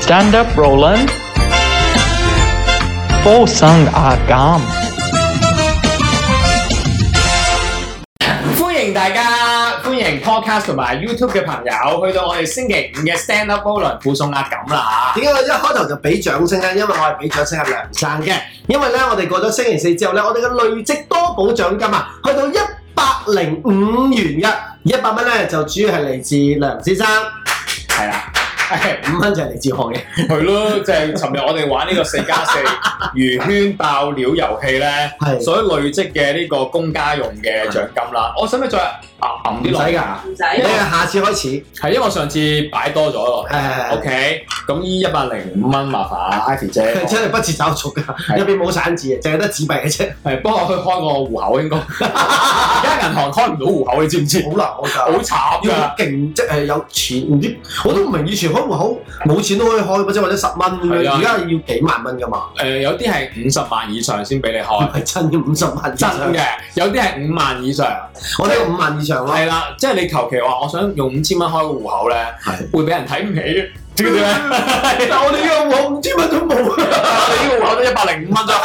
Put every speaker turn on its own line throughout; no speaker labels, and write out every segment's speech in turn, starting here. Stand up, Roland. Fo sung a gam.
歡迎大家，歡迎 Podcast 同埋 YouTube 嘅朋友，去到我哋星期五嘅 Stand Up b o l a n 附送壓感啦
點解我一開頭就俾掌聲咧？因為我係俾掌聲阿梁生嘅，因為咧我哋過咗星期四之後咧，我哋嘅累積多寶獎金啊，去到一百零五元嘅，一百蚊咧就主要係嚟自梁先生，
係啦，
五蚊就係嚟自我嘅。
係咯，即係尋日我哋玩呢個四加四魚圈爆料遊戲咧，
係
所以累積嘅呢個公家用嘅獎金啦，我使唔使再啊揞
唔
啲
使
落？
㗎，
唔使，
你係下次開始，
係因為我上次擺多咗咯。
係係係
OK，咁呢一百零五蚊麻煩啊 Ivy 姐，
佢真係不設找續
係
㗎，入邊冇散字嘅，淨係得紙幣嘅啫，
係幫我去開個戶口應該。 而家銀行開唔到戶口，你知唔知？
好難好
好
㗎。
慘
要
㗎！
勁即係有錢，唔知我都唔明以前開戶口冇錢都可以開嘅啫，或者十蚊咁
係
樣，
啊
而家要幾萬蚊㗎嘛，
誒、呃有啲係五十萬以上先俾你
唔
開，
係真嘅五十萬 以
真
上
嘅；有啲係五萬以上，
我哋五萬以上咯，
係啦，即係你求其話我想用五千蚊開個戶口咧，
係
會俾人睇唔起嘅，知唔知咧？
但係我哋嘅我五千蚊都冇啊！
你呢個戶口都一百零五蚊啫，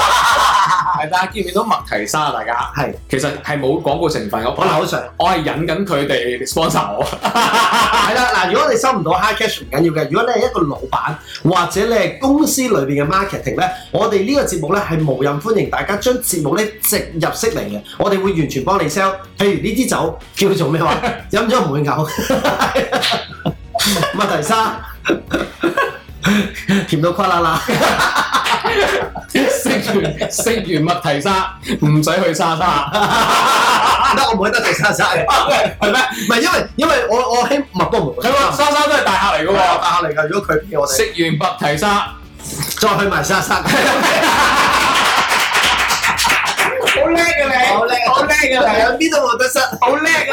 係但係見唔見到麥提莎啊大家
係
其實係哦冇廣告成分嘅，
我
我
口上
我係引緊佢哋 sponsor 我，
係啦，嗱，如果你收唔到 hard cash 唔緊要嘅，如果你係一個老闆或者你係公司裏邊嘅 marketing 咧，我哋呢個節目咧係無任歡迎大家將節目咧植入式嚟嘅，我哋會完全幫你 sell。譬如呢支酒叫做 咩話？飲咗唔會嘔，麥提莎甜到垮啦 啦，
食完食完麥提莎唔使去莎莎，
得我唔可以得提莎莎嘅，
係咩？
唔係因為因為我我喺麥當勞，
佢話莎莎都係大客嚟嘅
我
喎，
打嚟㗎，啊如果佢俾我哋。
食完麥提莎。
再去埋沙沙。
好叻嘅你，
好叻啊
好叻嘅你，
有邊度冇得失？
好叻嘅你，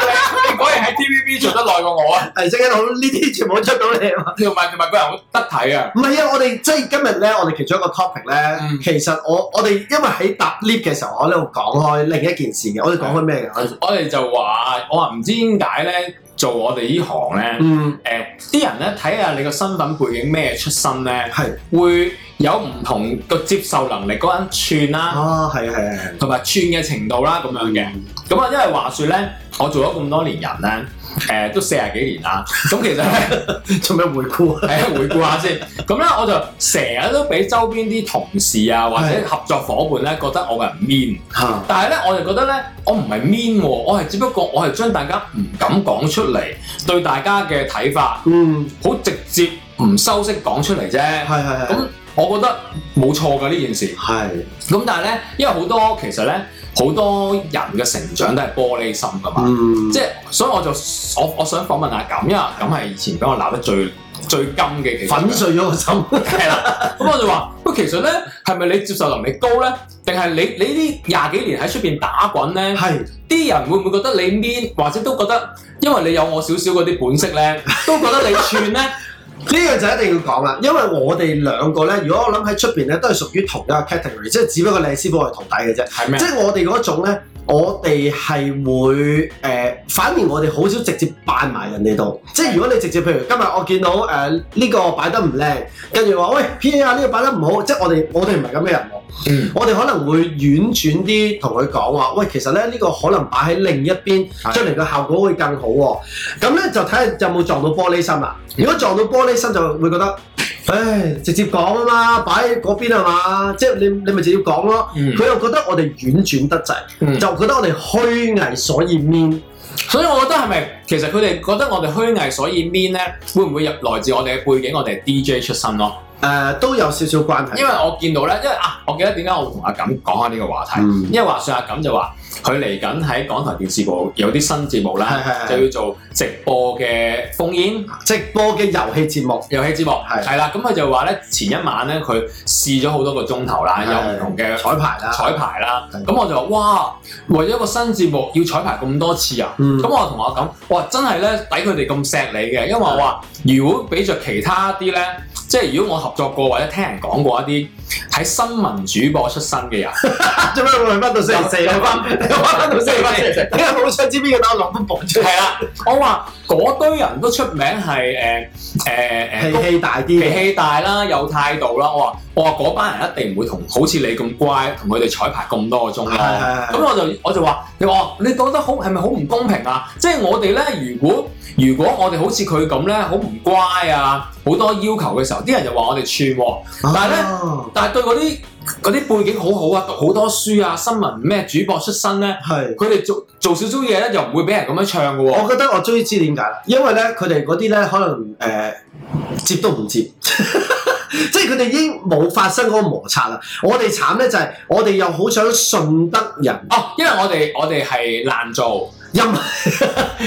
你果然喺 TVB 做得耐過我啊！
係即刻好呢啲全部出到嚟啊嘛！
同埋同埋個人好得體啊！
唔係啊，我哋即係今日咧，我哋其中一個 topic 咧，
嗯
其實我我哋因為喺搭 lift 嘅時候，我喺度講開另一件事嘅，我哋講開咩嘅？
我哋就話，我話唔知點解咧，做我哋呢行咧，
嗯，
誒啲人咧睇下你個身份背景咩出身咧，
係
會有唔同個接受能力嗰人串啦，
啊，係啊，係啊，
同埋串嘅程度啦咁樣嘅。咁啊，因為話説咧，我做咗咁多年人咧，誒、都四十幾年啦，咁其實咧。
係啊做咩回顧啊？
係啊，回顧下先。咁咧，我就成日都俾周邊啲同事啊，或者
係
合作伙伴咧，覺得我個人 mean。
嚇，
但係咧，我就覺得咧，我唔係 mean 喎，我係只不過我係將大家唔敢講出嚟，對大家嘅睇法
嗯，
好直接，唔修飾講出嚟啫。
係係係
咁我覺得冇錯㗎呢件事。
係，
咁但係咧，因為好多其實咧，好多人嘅成長都係玻璃心㗎嘛。
嗯，
即係，所以我就我我想訪問阿錦，因為阿錦係以前俾我鬧得最最金嘅其中一個
粉碎咗個心，
係啦，咁我就話：喂，其實咧，係咪你接受能力高咧？定係你你呢廿幾年喺出邊打滾咧？
係
啲人會唔會覺得你 mean，或者都覺得因為你有我少少嗰啲本色 咧，都覺得你串咧？
呢樣就一定要講啦，因為我哋兩個咧，如果我諗喺出邊咧，都係屬於同一個 category，即係只不過你係師傅，我係徒弟嘅啫。
係咩
即？係我哋嗰種咧，我哋係會誒、呃反而我哋好少直接扮埋人哋度。即係如果你直接，譬如今日我見到呃誒呢、個擺得唔靚，跟住話喂 P A 啊呢個擺得唔好，即係我哋我哋唔係咁嘅人喎。
嗯，
我哋可能會婉轉啲同佢講話，喂，其實咧呢、呢個可能擺喺另一邊，
係
出嚟嘅效果會更好喎。咁咧就睇下有冇撞到玻璃心啦。如果撞到玻璃心就會覺得，唉，直接講啊嘛，擺喺嗰邊係啊嘛，即係你你咪直接講咯。
嗯
佢又覺得我哋婉轉得滯，
嗯
就覺得我哋虛偽，所以 mean。
所以我覺得係咪其實佢哋覺得我哋虛偽，所以 mean 咧，會唔會入來自我哋嘅背景？我哋係 DJ 出身咯。
誒、都有少少關係。
因為我見到咧，因為啊，我記得點解我同阿錦講下呢個話題，
嗯
因為話説阿錦就話佢嚟緊喺港台電視部有啲新節目啦，
係係係
就要做直播嘅烽煙
直播嘅遊戲節目，
遊戲節目，
係
係啦，咁佢就話咧前一晚咧佢試咗好多個鐘頭啦，
係
有唔同嘅
彩排啦，
彩排啦，
係
咁 我就話哇，為咗一個新節目要彩排咁多次啊！
嗯
咁我同
嗯
我講，哇，真係咧，抵佢哋咁錫你嘅，因為我話如果俾着其他啲咧，即係如果我合作過或者聽人講過一啲喺新聞主播出身嘅人，
做咩會翻到星 期四啊？翻翻到星期 四，因為好想知邊個打落風暴出嚟
係啦，我話嗰堆人都出名係誒誒誒
脾氣大啲
脾
嘅，
氣大啦，有態度啦。我話我話嗰班人一定唔會同好似你咁乖，同佢哋彩排咁多個鐘咯。
係係係
咁。我就我就話你話你覺得好係咪好唔公平啊？即係我哋咧，如果如果我哋好似佢咁咧，好唔乖啊，好多要求嘅時候，啲人就話我哋串喎。
但
係呢
咧，
但係對嗰啲嗰啲背景好好啊，讀好多書啊，新聞咩主播出身咧，
係。
佢哋做做少少嘢咧，又唔會俾人咁樣唱嘅喎。
我覺得我終於知點解啦，因為咧佢哋嗰啲咧可能誒、呃接都唔接， 即係佢哋已經冇發生嗰個摩擦啦。我哋慘咧就係、我哋又好想順得人，
哦，因為我哋我哋係難做
又唔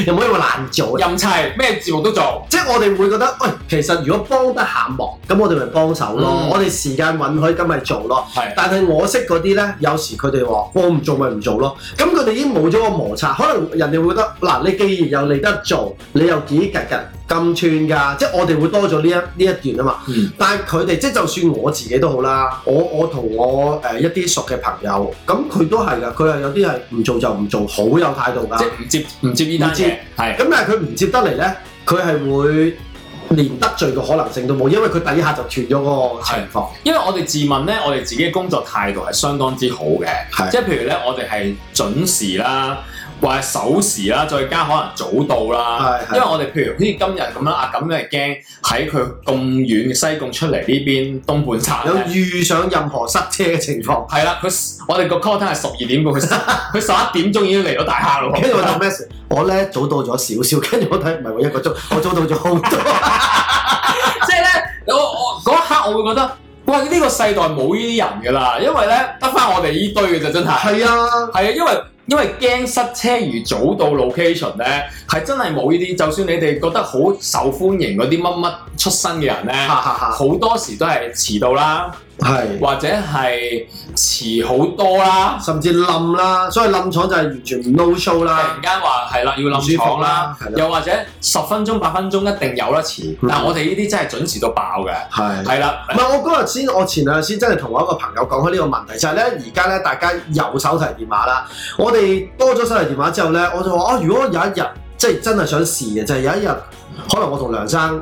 又冇因為難做嘅，
任砌，咩節目都做。
即係我哋會覺得喂，其實如果幫得下忙，咁我哋咪幫手咯。
嗯
我哋時間允許，咁咪做咯。
係
但係我識嗰啲咧，有時佢哋話我唔做咪唔做咯，咁佢哋已經冇咗個摩擦，可能人哋會覺得嗱，你既然又嚟得做，你又幾格格咁串㗎，即係我哋會多咗呢一呢一段啊嘛。
嗯
但係佢哋即係就算我自己都好啦，我我同我誒、一啲熟嘅朋友，咁佢都係㗎，佢係有啲係唔做就唔做，好有態度㗎
即。係唔接唔接呢單
唔
嘢
接，
係
咁但係佢唔接得嚟咧，佢係會連得罪嘅可能性都冇，因為佢第一下就斷咗嗰個情況。
因為我哋自問咧，我哋自己嘅工作態度係相當之好嘅，
係
即係譬如咧，我哋係準時啦，或者守時啦，再加可能早到啦
係。係
因為我哋譬如好似今日咁啦，阿錦係驚喺佢咁遠嘅西貢出嚟呢邊東半山
有
呢
遇上任何塞車嘅情況。
係啦，佢我哋個 call time 係十二點半，佢 佢十一點鐘已經嚟到大廈咯喎。
跟住我就 message，我咧早到咗少少， 跟住我睇唔係我一個鐘， 我早到咗好多。
即係 咧，我我嗰一刻我會覺得，哇！呢、個世代冇呢啲人㗎啦，因為咧得翻我哋呢堆嘅啫，真係。
係啊，
係啊，因為因為驚塞車而早到 location 咧，係真係冇呢啲。就算你哋覺得好受歡迎嗰啲乜乜出身嘅人咧，
啊哈哈哈，
好多時都係遲到啦，
係，
或者係遲好多啦，
甚至冧啦，所以冧廠就係完全唔 no show
突
啦，
然間話係啦要
唔
冧
舒
廠
服
啦。，
係啦，
又或者十分鐘八分鐘一定有得遲，
嗯
但係我哋呢啲真係準時到爆嘅，
係。
係啦，
唔係，我嗰日先，我前兩日先真係同我一個朋友講開呢個問題，就係咧，而家咧大家有手提電話啦，我哋多咗手提電話之後咧，我就話啊，如果有一日即係真係想試嘅，就係、有一日可能我同梁生。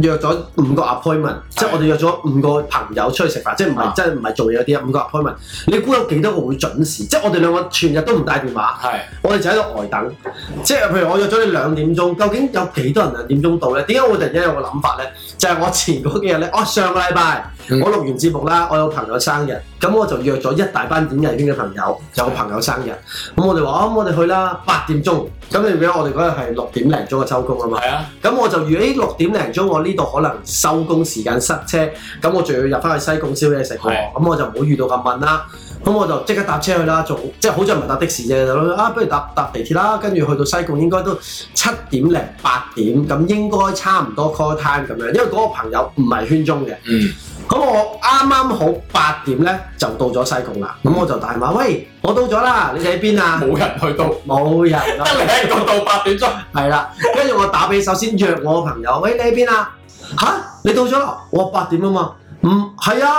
約咗五個 appointment，即係我哋約咗五個朋友出去食飯，即係唔係
啊
真係唔係做嘢嗰啲啊？五個 appointment，你估有幾多個會準時？即係我哋兩個全日都唔帶電話，
係
我哋就喺度呆等，即係譬如我約咗你兩點鐘，究竟有幾多人兩點鐘到咧？點解我突然間有個諗法咧？就係、我前嗰幾日咧，我、上個禮拜、
嗯
我錄完節目啦，我有朋友生日，咁我就約咗一大班演藝圈嘅朋友，有個朋友生日，咁我哋話啊，咁我哋去啦，八點鐘，咁你記得我哋嗰日係六點零鐘嘅收工啊嘛，
係啊，
咁我就預誒六點零鐘，我呢度可能收工時間塞車，咁我仲要入翻去西貢燒嘢食喎，
係
咁我就唔好遇到咁問啦。咁我就即刻搭車去啦，仲即係好在唔係搭的士啫，就諗啊，不如搭搭地鐵啦，跟住去到西貢應該都七點零八點，咁應該差唔多 call time 咁樣，因為嗰個朋友唔係圈中嘅。
嗯，
咁我啱啱好八點咧就到咗西貢啦，咁我就大話：喂，我到咗啦，你哋喺邊啊？
冇人去到，得
冇 人啊！
你喺度到八點鐘，
係啦，跟住我打俾首先約我個朋友，喂你喺邊啊？吓？你到咗啦？我話八點啊嘛，唔係啊，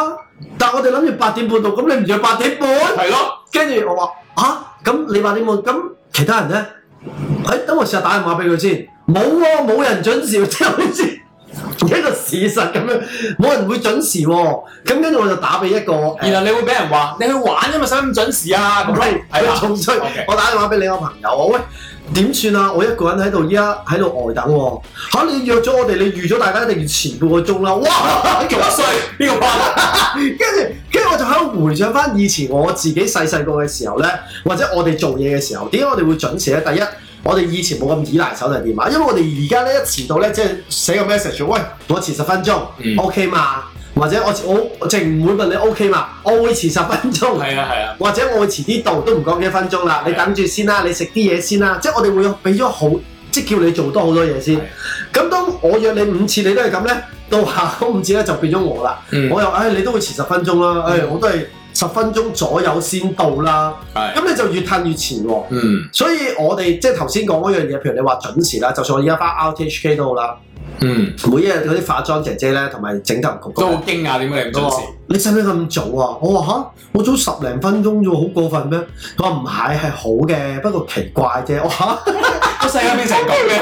但係我哋諗住八點半到，咁你唔約八點半？
係咯，
跟住我話吓？咁你八點半，咁其他人咧？誒、等我試下打電話俾佢先，冇喎、冇人準時，即係好似 一個事實咁樣，冇人會準時喎、咁跟住我就打俾一個誒
然後你會俾人話你去玩啫嘛，使乜咁準時啊？咁
唔係，
係啦
佢仲衰
OK。
我打電話俾你個朋友，我喂點算啊？我一個人喺度，依家喺度呆等喎。嚇你約咗我哋，你預咗大家一定要前半個鐘啦。哇！
幾多歲？呢個班
跟住跟住我就喺度回想翻以前我自己細細個嘅時候咧，或者我哋做嘢嘅時候，點解我哋會準時咧？第一。我哋以前冇咁依賴手提電話，因為我哋而家咧一遲到咧，即係寫個 message，喂，我遲十分鐘、
嗯
o k 嘛？或者我我我淨唔會問你 OK 嘛？我會遲十分鐘。
係啊係啊，
或者我會遲啲到，都唔講幾多分鐘啦，你等住先啦，你食啲嘢先啦，即係我哋會俾咗好，即係叫你做多好多嘢先
係。
咁當我約你五次，你都係咁咧，到下嗰五次咧就變咗我啦。
嗯
我又唉、你都會遲十分鐘啦，唉、
嗯
我都係十分鐘左右先到啦。
係
咁你就越褪越前喎。
嗯
所以我哋即係頭先講嗰樣嘢，譬如你話準時啦，就算我而家翻 RTHK 都好啦，
嗯，
每一日嗰啲化妝姐姐咧，同埋整頭焗
都
焗
好。驚訝點解你唔
佢
準
話
時？
你使唔使咁早啊？我話吓，我早十零分鐘啫，好過分咩？佢話唔係係好嘅，不過奇怪啫。我嚇
個世界變成咁 嘅，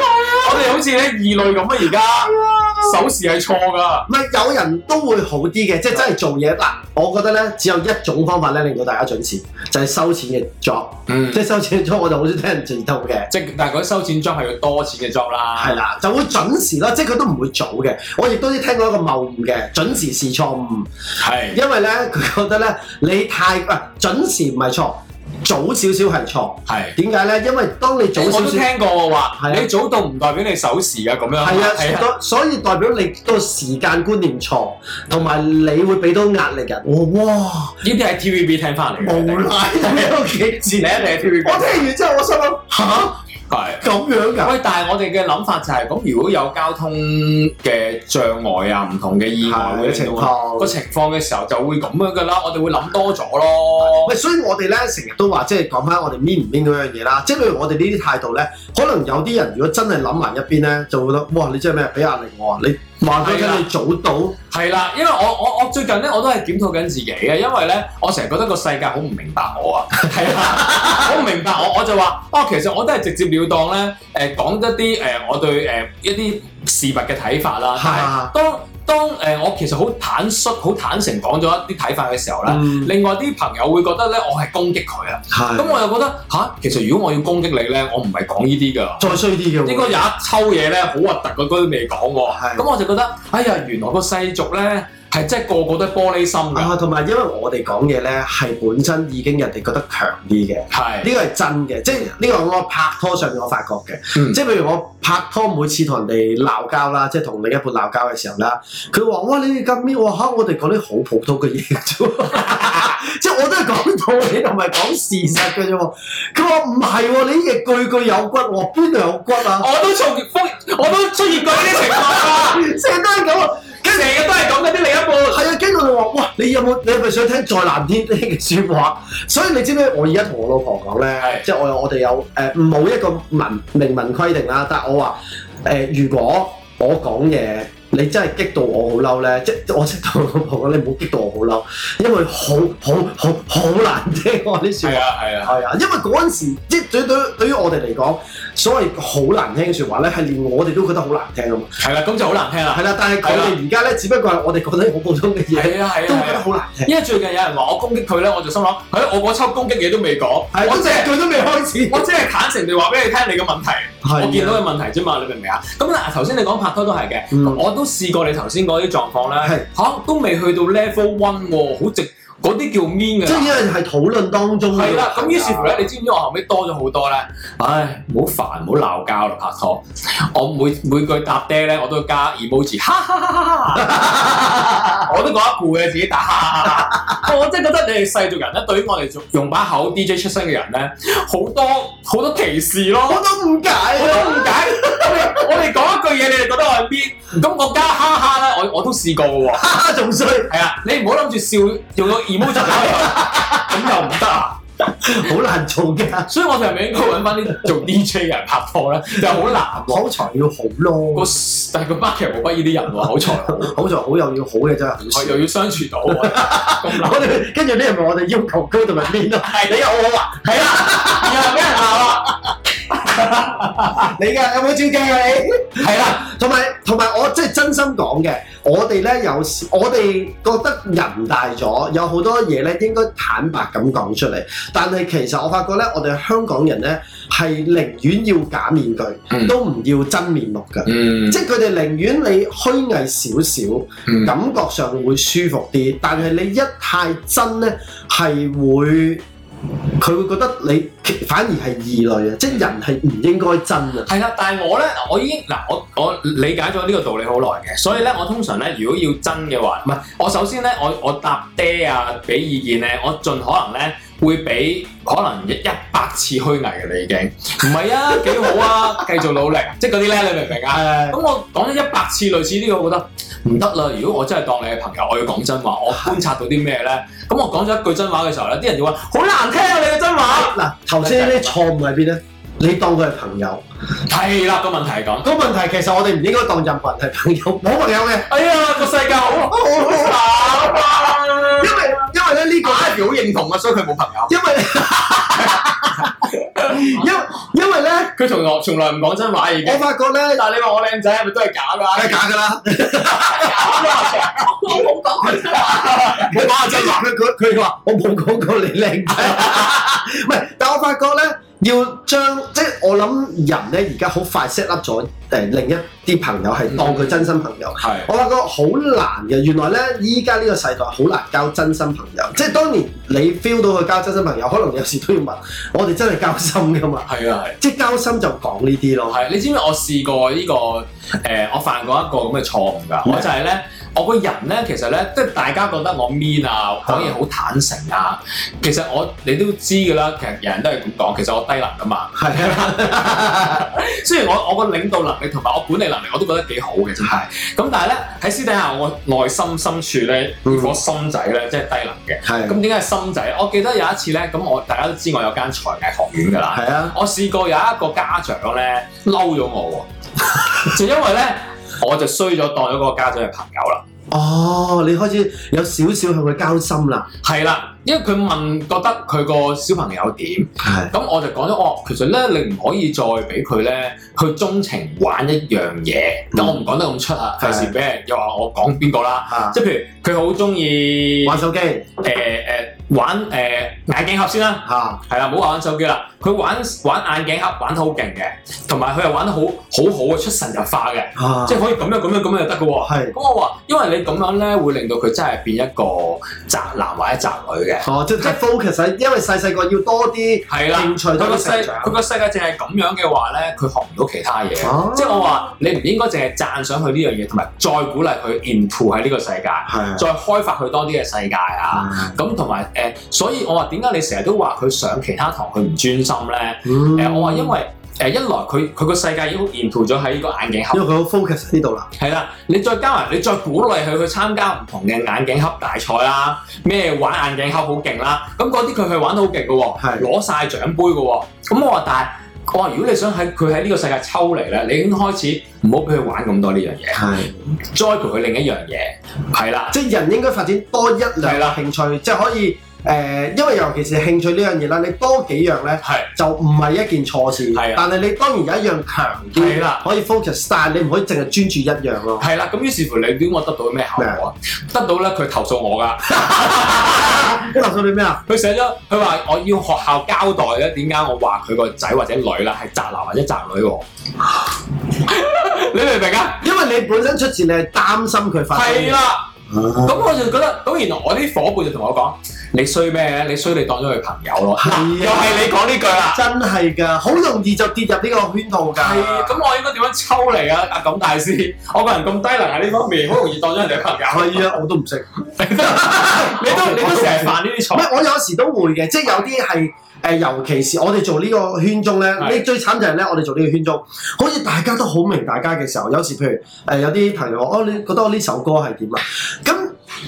我哋好似咧異類咁啊！ 而家手勢係錯㗎，
唔係有人都會好啲嘅，即係真係做嘢嗱。我覺得咧，只有一種方法咧令到大家準時，就係、收錢嘅 job。
嗯，
即係收錢嘅 job，我就好少聽人自到嘅。
即係但係嗰啲收錢裝係要多錢嘅 job 啦
係，啦，就會準時啦，即係佢都唔會早嘅。我亦都聽過一個謬誤嘅，準時是錯誤，
係
因為咧佢覺得咧你太啊準時唔係錯，早少少係錯。
係。
點解咧？因為當你早
我
少
都
少，
聽過喎話，
係啊
你早到唔代表你守時㗎咁樣。
係啊，所所以代表你個時間觀念錯，同埋你會俾到壓力人。我哇，
呢啲係 TVB 聽翻嚟嘅。
無賴 喺屋企
你一
自
定係 TVB。
我聽完之後，我心諗吓
係。
咁樣㗎？
喂，但係我哋嘅諗法就係、咁，如果有交通嘅障礙啊，唔同嘅意外
係
會
嘅情
令到個
況。
情況嘅時候，就會咁樣噶啦。我哋會諗多咗咯。
喂，所以我哋咧成日都話，即係講翻我哋 mean 唔 mean 嗰樣嘢啦。即係例如我哋呢啲態度咧，可能有啲人如果真係諗埋一邊咧，就會覺得哇，你真係咩？俾壓力我啊！你話俾我聽，你早到
係啦，因為我我我最近咧，我都係檢討緊自己嘅，因為咧，我成日覺得個世界好唔明白我啊。 係啊，我唔明白我，我就話哦，其實我都係直接了當咧，誒、講一啲誒、我對誒、一啲事物嘅睇法啦。但係
嚇，
當當誒、我其實好坦率、好坦誠講咗一啲睇法嘅時候咧，
嗯，
另外啲朋友會覺得咧，我係攻擊佢啊。咁
係
我又覺得吓、其實如果我要攻擊你咧，我唔係講呢啲㗎，
再衰啲嘅喎，
應該有一抽嘢咧好核突嗰啲未講喎。
係
咁我就覺得，哎呀，原來個世俗咧係真係個個都玻璃心㗎，
啊，同埋因為我哋講嘢咧，係本身已經人哋覺得強啲嘅，
係
呢個係真嘅，即係呢個我拍拖上面我發覺嘅，
嗯
即係譬如我拍拖每次同人哋鬧交啦，即係同另一半鬧交嘅時候啦，佢話：哇，你哋咁咩？我嚇，我哋講啲好普通嘅嘢啫喎， 即係我都係講道理同埋講事實嘅啫喎。佢話唔係喎，你嘅句句有骨喎，邊度有骨啊？
我都從我都出現過呢啲情況啊，
成日都係咁啊！
成日都係講緊啲另一半。
係啊，跟住我哋話：哇，你有冇？你係咪想聽再難聽啲嘅 説話？所以你知唔知我而家同我老婆講咧
係，
即係我有我哋有誒冇、一個文明文規定啦，但係我話誒、呃如果我講嘢。你真係激到我好嬲咧，即係我識同我老婆講，你唔好激到我好嬲，因為好好好好難聽我啲説
係
話。
啊係啊，
係啊，因為嗰陣時，即係對對對於我哋嚟講，所謂好難聽嘅説話咧，係連我哋都覺得好難聽啊嘛。
係啦，咁就好難聽啦。
係啦，但係佢哋而家咧，只不過係我哋講啲好普通嘅嘢。
係啊係啊
都
係
覺得
啊。
好難聽。
因為最近有人話我攻擊佢咧，我就心諗，係我嗰抽攻擊嘢都未講，
係，
我
我
只
隻
係
句都未開始。
我只係坦誠地話俾你聽你嘅問題。
係
我見到嘅問題啫嘛，你明唔明啊？咁嗱，頭先你講拍拖都係嘅，
嗯
我都試過你頭先嗰啲狀況啦
係，
嚇、都未去到 level one 喎，好直嗰啲叫 mean
即係
嘅。
因為係討論當中啊嘅
係啊啦，咁於是乎咧，你知唔知我後尾多咗好多咧？唉，唔好煩，唔好鬧交啦，拍拖。我每每句搭爹咧，我都加 emoji，哈哈哈哈哈 哈！我都講一攰嘅，自己打哈哈哈哈。我真係覺得你哋世俗人咧，對於我哋用把口 DJ 出身嘅人咧，好多好多歧視咯。
我都誤解
我
啊。
都唔解，我哋我哋講一句嘢，你哋覺得我係邊？咁我加哈哈咧，我我都試過嘅喎。
哈哈 仲衰，
係啊，你唔好諗住笑用個 emoji 咁又唔得啊！
好難做㗎。
所以我哋係咪應該揾翻啲做 DJ 嘅人拍拖咧？就好難喎。
口才要好
個
咯，
但係個 market 冇乜呢啲人喎，口才
口才好又要好嘅真係好
我
少。
又要相處到喎，咁難
我哋跟住呢係咪我哋要求高同埋面咯？
係
你啊有我話
係啊 啦，又係俾人鬧 啦，
你㗎，啊有冇照鏡啊你？
係啦，
同埋同埋，我即係真心講嘅，我哋咧有時，我哋覺得人大咗，有好多嘢咧應該坦白咁講出嚟。但係其實我發覺咧，我哋香港人咧係寧願要假面具，
嗯
都唔要真面目㗎。
嗯
即係佢哋寧願你虛偽少少，
嗯
感覺上會舒服啲，但係你一太真咧，係會佢會覺得你反而係異類啊！即係人係唔應該真啊！
係啦，但係我咧，我已經嗱，我我理解咗呢個道理好耐嘅，所以咧，我通常咧，如果要真嘅話，唔係我首先咧，我我搭爹啊，俾意見咧，我盡可能咧會俾可能一百次虛偽嘅你已經，唔係 啊，幾好啊，繼續努力，即係嗰啲咧，你明唔明啊？
誒
咁我講咗一百次類似呢個，我覺得唔得啦。如果我真係當你係朋友，我要講真話，我觀察到啲咩咧？咁我講咗一句真話嘅時候咧，啲人就話好難聽啊！你嘅真話。
嗱，頭先呢啲錯誤喺邊咧？你當佢係朋友。
係啦，個問題係咁。
個問題其實我哋唔應該當任何人係朋友，冇朋友嘅。
哎呀，個世界好 好
我
慘啊！
因為因為咧呢個。
Ivy 好認同啊，所以佢冇朋友。
因為 因因為咧，
佢同學從來唔講真話已經
我。發覺咧，
但係你話我靚仔係咪都係假㗎？
假㗎啦，
我冇講佢真話。
佢話
啊
真話，佢佢佢話我冇講過你靚 仔，唔係，但我發覺咧，要將即係我諗人咧而家好快 set up 咗誒、另一啲朋友係當佢真心朋友。
係。
我發覺好難嘅，原來咧依家呢個世代好難交真心朋友，即係當年你 feel 到佢交真心朋友，可能有時都要問我哋真係交心噶嘛，
係啊，係。
即係交心就講呢啲咯。
係，你知唔知我試過呢、個誒、呃我犯過一個咁嘅錯誤㗎，
咩
我就係咧，我個人咧，其實咧，即係大家覺得我 mean 啊，講嘢好坦誠啊，其實我你都知㗎啦，其實人人都係咁講，其實我低能㗎嘛。
係啊，
雖然我我個領導能力同埋我管理能力我都覺得幾好嘅，真係。咁但係咧喺私底下，我內心深處咧，
嗯
顆心仔咧，即係低能嘅。
係
咁點解係心仔？我記得有一次咧，咁我大家都知我有間才藝學院㗎啦。
係啊，
我試過有一個家長咧嬲咗我喎， 就因為咧我就衰咗當咗嗰個家長係朋友啦，
哦，你開始有少少向佢交心啦，
係啦，因為佢問覺得佢個小朋友點，
係
咁我就講咗哦，其實咧你唔可以再俾佢咧去鍾情玩一樣嘢，但
嗯
我唔講得咁出啊，費事俾人又話我講邊個啦，
啊，
即係譬如佢好中意
玩手機嚇
誒誒玩誒、眼鏡盒先啦。，
啊
係啦，唔好玩手機啦。佢玩玩眼鏡盒玩得好勁嘅，同埋佢又玩得好好好嘅，出神入化嘅，
啊
即係可以咁樣咁樣咁樣就得嘅喎。咁
係，
我話，因為你咁樣咧，會令到佢真係變一個宅男或者宅女嘅。
哦，即係即係 focus 喺，因為細細個要多啲
係啦，
興趣，
佢
多
個
啲
世
成
佢
長。
個世界淨係咁樣嘅話咧，佢學唔到其他嘢。
哦
即係我話，你唔應該淨係讚賞佢呢樣嘢，同埋再鼓勵佢 into 喺呢個世界，
係
再開發佢多啲嘅世界啊。
啊，
咁同埋誒，所以我話點解你成日都話佢上其他堂佢唔專心咧？
嗯
誒、我話因為誒、一來佢佢個世界已經沿途咗喺呢個眼鏡盒，
因為佢好 focus 喺呢度啦，
係啦，你再加埋你再鼓勵佢去參加唔同嘅眼鏡盒大賽啦，咩玩眼鏡盒好勁啦，咁嗰啲佢去玩得好勁嘅喎，
係
攞晒獎杯嘅喎，咁我話但係。我話如果你想喺佢喺呢個世界抽離咧，你已經開始唔好俾佢玩咁多呢樣嘢，
係，
栽培佢另一樣嘢，係啦，
即係人應該發展多一兩
係啦
個興趣，即係可以誒，因為尤其是興趣呢樣嘢啦，你多幾樣咧。
係
就唔係一件錯事，
係啊
但係你當然有一樣強
係
啲，
啦，
可以 focus，但係你唔可以淨係專注一樣咯。
係啦，咁於是乎你點我得到咩效果啊？得到咧佢投訴我㗎。
咁留到你咩啊？
佢寫咗，佢話我要學校交代咧，點解我話佢個仔或者女啦係宅男或者宅女喎？ 你明唔明啊？
因為你本身出事，你係擔心佢發生
係
嘅。
啦，
啊
咁我就覺得，咁原來我啲伙伴就同我講：你衰咩咧？你衰你當咗佢朋友咯。
係啊
嗱又係你講呢句啦。
真係㗎，好容易就跌入呢個圈套
係，啊
㗎。
咁我應該點樣抽離啊？阿錦大師，我個人咁低能喺啊呢方面，好容易當咗人哋朋友。
係啊，我都唔識。
你都你都成日犯呢啲
唔
錯。
係，我有時都會嘅，即係有啲係誒，尤其是我哋做呢個圈中咧，
係
你最慘就係咧，我哋做呢個圈中，好似大家都好明大家嘅時候，有時譬如誒、有啲朋友話哦，你覺得我呢首歌係點啊？咁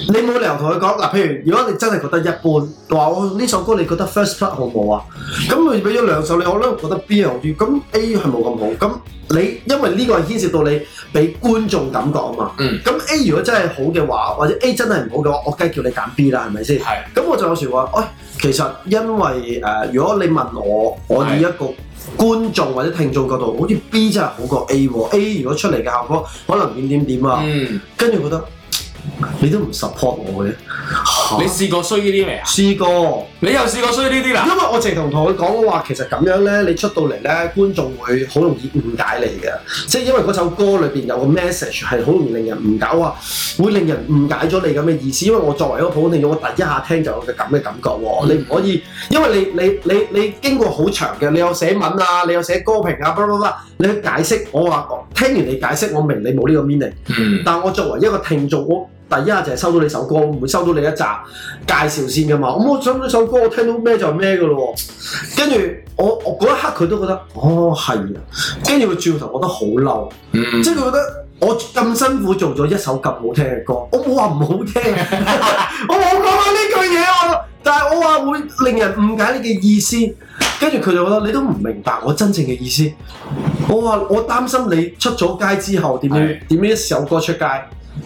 你冇理由同佢講嗱，譬如如果你真係覺得一般，話我呢首歌你覺得 First Blood 好唔好啊？咁佢俾咗兩首你，我咧覺得 B 係好啲，咁 A 係冇咁好，咁你因為呢個係牽涉到你俾觀眾感覺啊嘛。
嗯。
咁 A 如果真係好嘅話，或者 A 真係唔好嘅話，我梗係叫你揀 B 啦，係咪先？
係
咁我就有時話，喂、其實因為誒、呃如果你問我，我以一個觀眾或者聽眾角度，好似 B 真係好過 A 喎。A 如果出嚟嘅效果可能點點點啊，
嗯，
跟住覺得你都唔 support 我嘅，嚇
你試過衰呢啲未啊？
試過，因
你又試過衰呢啲啦？
為我直同同佢講我話，其實咁樣咧，你出到嚟咧，觀眾會好容易誤解你嘅，即係因為嗰首歌裏邊有個 message 係好容易令人誤解，哇，會令人誤解咗你咁嘅意思。因為我作為一個普通聽眾，我第一下聽就有個咁嘅感覺
嗯
喎，你唔可以。因為你你你你經過好長嘅，你有寫文啊，你有寫歌評啊，blah blah blah，你去解釋，我話哦聽完你解釋，我明你冇呢個 meaning，
嗯，
但我作為一個聽眾，我第一下就係收到你首歌，我唔會收到你一集介紹先噶嘛，咁我收到呢首歌，我聽到咩就咩噶咯喎，跟住我我嗰一刻佢都覺得，哦係啊，跟住佢轉頭覺得好嬲。
嗯
即係佢覺得我咁辛苦做咗一首咁好聽嘅歌，我冇話唔好聽， 啊我冇講過呢句嘢我，但係我話會令人誤解你嘅意思。跟住佢就覺得你都唔明白我真正嘅意思。我話我擔心你出咗街之後點樣點樣一首歌出街，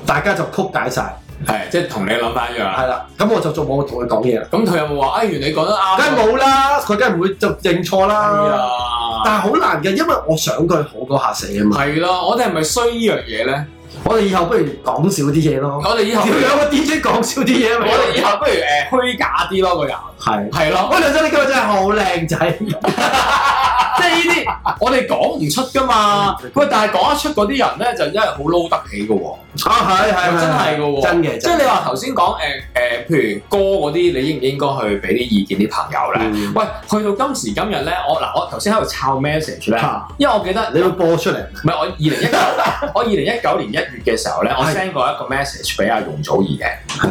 大家就曲解晒。
係即係同你諗法一樣啊。
係啦，咁我就做冇同佢講嘢啦。
咁佢有冇話啊？原來你講得啱喎。
梗係冇啦，佢梗係唔會就認錯
係
啦。
啊。
但係好難嘅，因為我想佢好過下死啊嘛。
係咯，我哋係咪衰呢樣嘢咧？
我哋以後不如講少啲嘢咯。
我哋以
有
後，我
個 DJ 講少啲嘢啊咪
哋以後不如誒虛假啲咯，個人
係。
係咯。
哦喂，梁生你今日真係好靚仔，
即係呢啲，我哋講唔出噶嘛。喂，但係講得出嗰啲人咧，就真係好撈得起嘅喎。
啊係係
真係嘅喎
真嘅，
即係你話頭先講誒誒，譬如歌嗰啲，你應唔應該去俾啲意見啲朋友咧？
嗯
喂，去到今時今日咧，我嗱我頭先喺度抄 message 咧，
嚇
因為我記得
你會播出嚟，
唔係我二零一 九，我二零一九年一月嘅時候咧，我
係
send 過一個 message 俾阿容祖兒嘅，
係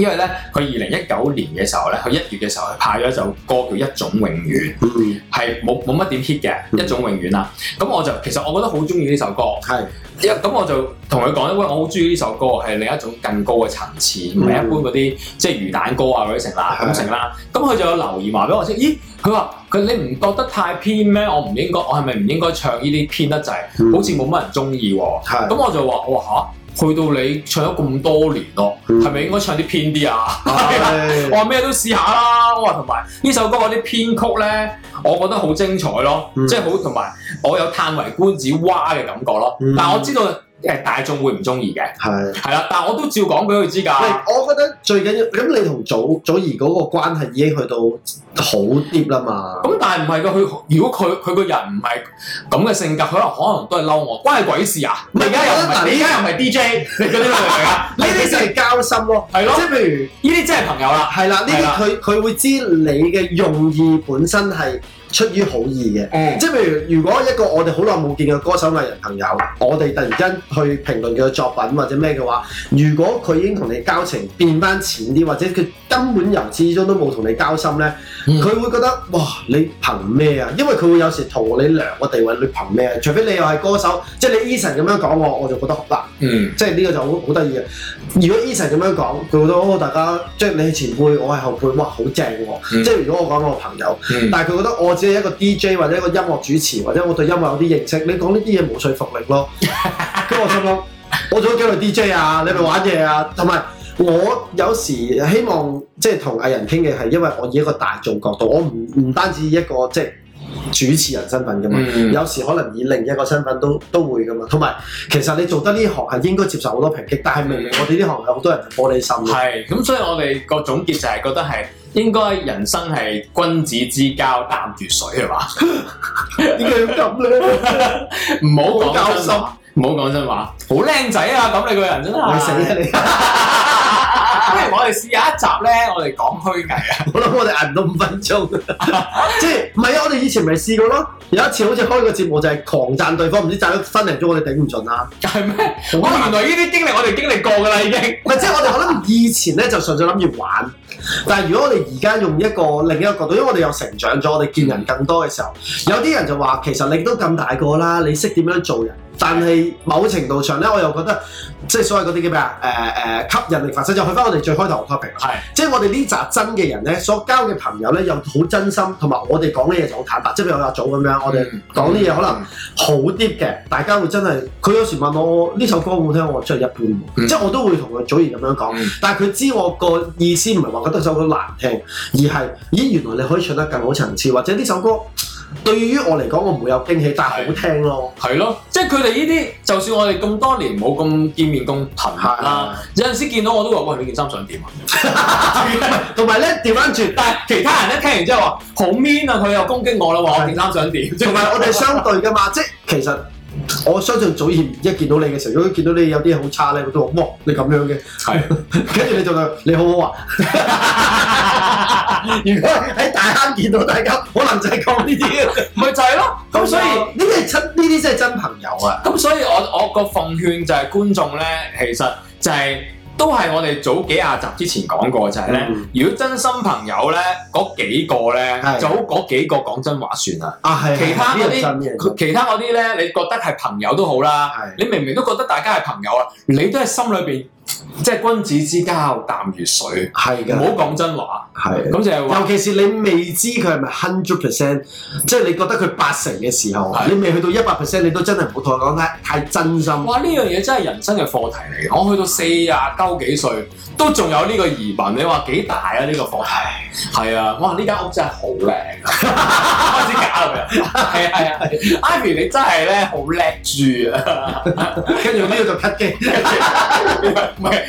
因為咧佢二零一九年嘅時候咧，佢一月嘅時候係派咗一首歌叫《一種永遠》，
嗯
係冇冇乜點 hit 嘅
嗯
《一種永遠》啦。咁我就其實我覺得好中意呢首歌，
係
因為咁我就同佢講咧，喂，我好中意呢首歌，係另一種更高嘅層次，唔係一般嗰啲即係魚蛋歌啊嗰啲成啦
嗯係
咁成啦。咁佢就有留言話俾我知，咦？佢話佢你唔覺得太偏咩？我唔應該，我係咪唔應該唱呢啲偏得滯？
嗯
好似冇乜人中意喎。
係
咁我就話：我話嚇，去到你唱咗咁多年咯，
嗯
係咪應該唱啲偏啲啊？
係
我話咩都試下啦。我話同埋呢首歌嗰啲編曲咧，我覺得好精彩咯，
嗯
即係好同埋我有嘆為觀止哇嘅感覺咯。
嗯
但係我知道誒大眾會唔中意嘅，
係。
係啦，但係我都照講俾佢知㗎。
喂，我覺得最緊要咁，你同祖祖兒嗰個關係已經去到好啲啦嘛。
咁但係唔係㗎？佢如果佢佢個人唔係咁嘅性格，佢可能可能都係嬲我，關你鬼事啊！
唔
你
係
而家又唔
嗱
係
你
你而家又唔係 DJ，你嗰啲明唔明啊？
呢啲就係交心咯，
係咯
即係譬如。
呢啲真係朋友啦。
係啦，呢
係啦
啲佢佢會知你嘅用意本身係出於好意嘅。
嗯
即係譬如，如果一個我哋好耐冇見嘅歌手藝人朋友，我哋突然間去評論佢嘅作品或者咩嘅話，如果佢已經同你交情變翻淺啲，或者佢根本由始至終都冇同你交心呢，
嗯
佢、會覺得哇，你憑咩啊？因為佢會有時同你量個地位，你憑咩啊？除非你又係歌手，即係你 Eason 咁樣講我，我就覺得嗱，
嗯
即係呢個就好好得意嘅。如果 Eason 咁樣講，佢覺得哦，大家即係你係前輩，我係後輩，哇，好正喎！
嗯
即係如果我講我朋友，
嗯，
但係佢覺得我只係一個 DJ 或者一個音樂主持，或者我對音樂有啲認識，你講呢啲嘢冇說服力咯。跟住我心諗，我做咗幾耐 DJ 啊？你係咪玩嘢啊？同埋我有時希望即係同藝人傾嘅係，因為我以一個大眾角度，我唔唔單止以一個即係主持人身份㗎嘛。
嗯
有時可能以另一個身份都都會噶嘛，同埋其實你做得呢行係應該接受好多抨擊，但係明明我哋呢行有好多人係玻璃心嘅，
係，咁所以我哋個總結就係覺得係應該人生係君子之交淡如水係 嘛，
點解要咁咧？
唔好
好
講
交
真
心
話，唔好講真話，好靚仔啊！咁你個人真係，
你死啊你！
不如我哋試下一集咧，我哋講虛偽啊，
我諗我哋捱唔到五分鐘， 即係唔係啊？我哋以前咪試過咯，有一次好似開個節目就係狂讚對方，唔知讚咗分零鐘，我哋頂唔順啊啦。
係咩？哇！哦
啊
原來呢啲經歷我哋經歷過㗎啦，已經。
唔係即係我哋可能以前咧就純粹諗住玩，但係如果我哋而家用一個另一個角度，因為我哋又成長咗，我哋見人更多嘅時候，有啲人就話其實你都咁大個啦，你識點樣做人？但係某程度上咧，我又覺得即係所謂嗰啲叫咩啊？誒、誒、吸引力法則，就去翻我哋最開頭嘅 topic 啦
係
即係我哋呢扎真嘅人咧，所交嘅朋友咧又好真心，同埋我哋講嘅嘢就好坦白，即係譬如我阿祖咁樣，我哋
嗯
講啲嘢可能。好啲嘅，大家會真係佢有時問我呢首歌好唔好聽，我真係一般喎，
嗯
即係我都會同佢祖兒咁樣講，
嗯
但係佢知我個意思唔係話覺得首歌難聽，而係咦原來你可以唱得更好層次，或者呢首歌對於我嚟講我唔會有驚喜，但係好聽咯，
係咯，即係佢哋呢啲，就算我哋咁多年冇咁見面咁頻密啦，
啊
有陣時見到我都話：喂，你件衫想點啊？
同埋咧調翻轉，
但係其他人咧聽完之後話好 mean 啊，佢又攻擊我啦，話我件衫想點？
同埋我哋相對 噶嘛，即係其實。我相信祖兒一見到你嘅時候，如果見到你有啲嘢好差咧，佢都話：哇，你咁樣嘅，
係。
跟住你就話你好好啊。如果喺大坑見到大家，可能就係講呢啲。
咪就係咯，咁所以
呢啲係真，呢啲真係真朋友啊！
咁所以我我個奉勸就係觀眾咧，其實就係、都係我哋早幾廿集之前講過，就係、咧，
嗯
如果真心朋友咧，嗰幾個咧，
係
就好嗰幾個講真話算啦。
啊，係
其他
係
嗰
呢個真
啲，佢
嘅，
其他嗰啲咧，你覺得係朋友都好啦，
係
你明明都覺得大家係朋友啊，你都係心裏邊即係君子之交淡如水，
係
唔好
㗎，
講真話。
係。
咁就係話
尤其是你未知佢係咪 hundred percent，即係你覺得佢八成嘅時候，
係
你未去到一百 percent，你都真係唔好同佢講太太真 心。
哇！呢樣嘢真係人生嘅課題嚟嘅。我去到四啊鳩幾歲，都仲有呢個疑問。你話幾大啊？呢、個課題係啊！哇！呢間屋真係好靚 啊！開始搞啦，係啊係啊係啊！Ivy 你真係咧好叻住啊！
跟住呢個就 cut 機，
唔係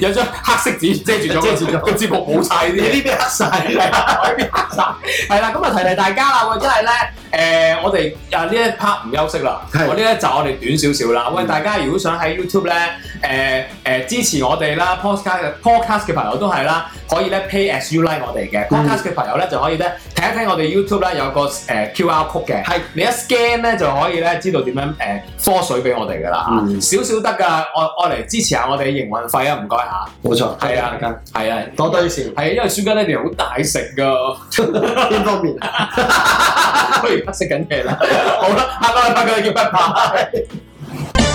有張黑色紙遮住咗，
遮住咗
個節目冇晒呢
你
啲嘢。
呢邊黑晒。
係啊，我呢邊黑晒。係啦，咁啊提提大家啦，喂，真係咧，誒，我哋啊呢一 part 唔休息啦，
係
我呢一集我哋短少少啦。喂，
嗯
大家如果想喺 YouTube 咧，誒誒支持我哋啦，podcast podcast 嘅朋友都係啦，可以咧 pay as you like 我哋嘅
嗯
podcast 嘅朋友咧就可以咧睇一睇我哋 YouTube 咧有個誒 QR code 嘅，
係
你一 scan 咧就可以咧知道點樣誒科水俾我哋噶啦，
嗯
少少得㗎，愛愛嚟支持下我哋營運費啊，唔該嚇，
冇錯，
係啊
大家
係啊，
多多益善，
係啊，因為舒家爹哋好大食㗎。
邊方面？
不如食緊嘢啦。好啦，下個禮拜佢叫拜拜。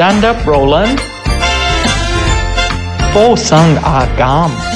Stand up, Roland. Fosang agam.